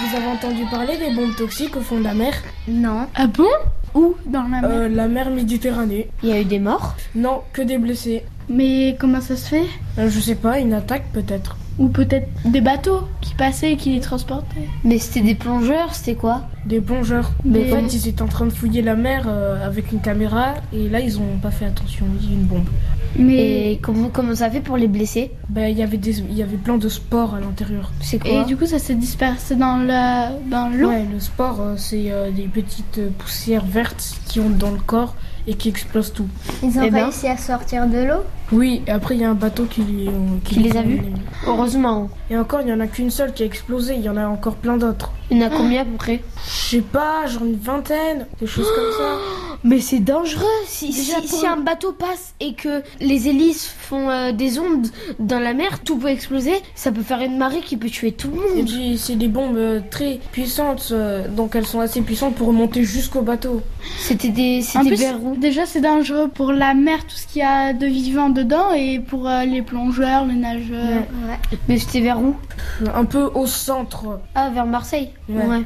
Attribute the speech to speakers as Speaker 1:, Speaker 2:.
Speaker 1: Vous avez entendu parler des bombes toxiques au fond de la mer
Speaker 2: Non.
Speaker 3: Ah bon Où dans la mer
Speaker 1: Euh, La mer Méditerranée.
Speaker 2: Il y a eu des morts
Speaker 1: Non, que des blessés.
Speaker 3: Mais comment ça se fait
Speaker 1: Euh, je sais pas, une attaque peut-être.
Speaker 3: Ou peut-être des bateaux qui passaient et qui les transportaient.
Speaker 2: Mais c'était des plongeurs, c'était quoi
Speaker 1: Des plongeurs.
Speaker 3: Mais-
Speaker 1: En fait, ils étaient en train de fouiller la mer euh, avec une caméra et là, ils ont pas fait attention. Il y a eu une bombe.
Speaker 3: Mais
Speaker 2: Et comment, comment ça fait pour les blesser
Speaker 1: Bah, il y avait des, il y avait plein de sports à l'intérieur.
Speaker 2: C'est
Speaker 3: et
Speaker 2: quoi
Speaker 3: du coup ça s'est dispersé dans la dans l'eau.
Speaker 1: Ouais, le sport, euh, c'est euh, des petites euh, poussières vertes qui ont dans le corps et qui explosent tout.
Speaker 4: Ils ont
Speaker 2: Eh ben.
Speaker 4: réussi à sortir de l'eau
Speaker 1: Oui, et après, il y a un bateau qui, les- euh,
Speaker 2: Qui les a vus Heureusement.
Speaker 1: Et encore, il y en a qu'une seule qui a explosé. Il y en a encore plein d'autres.
Speaker 2: Il y en a combien à peu près
Speaker 1: Je sais pas, genre une vingtaine, des choses comme ça.
Speaker 2: Mais c'est dangereux Ah, si,
Speaker 3: Déjà
Speaker 2: si-
Speaker 3: pour
Speaker 2: si
Speaker 3: le-
Speaker 2: un bateau passe et que les hélices font euh, des ondes dans la mer, tout peut exploser, ça peut faire une marée qui peut tuer tout le
Speaker 1: Et
Speaker 2: monde.
Speaker 1: puis, c'est des bombes euh, très puissantes, euh, donc elles sont assez puissantes pour remonter jusqu'au bateau.
Speaker 2: C'était des
Speaker 3: En
Speaker 2: c'était
Speaker 3: plus,
Speaker 2: vers où
Speaker 3: déjà c'est dangereux pour la mer, tout ce qu'il y a de vivant dedans et pour euh, les plongeurs, les
Speaker 2: euh,
Speaker 3: nageurs.
Speaker 4: Ouais.
Speaker 2: Mais c'était vers où
Speaker 1: Un peu au centre.
Speaker 2: Ah vers Marseille.
Speaker 1: Ouais.
Speaker 2: ouais.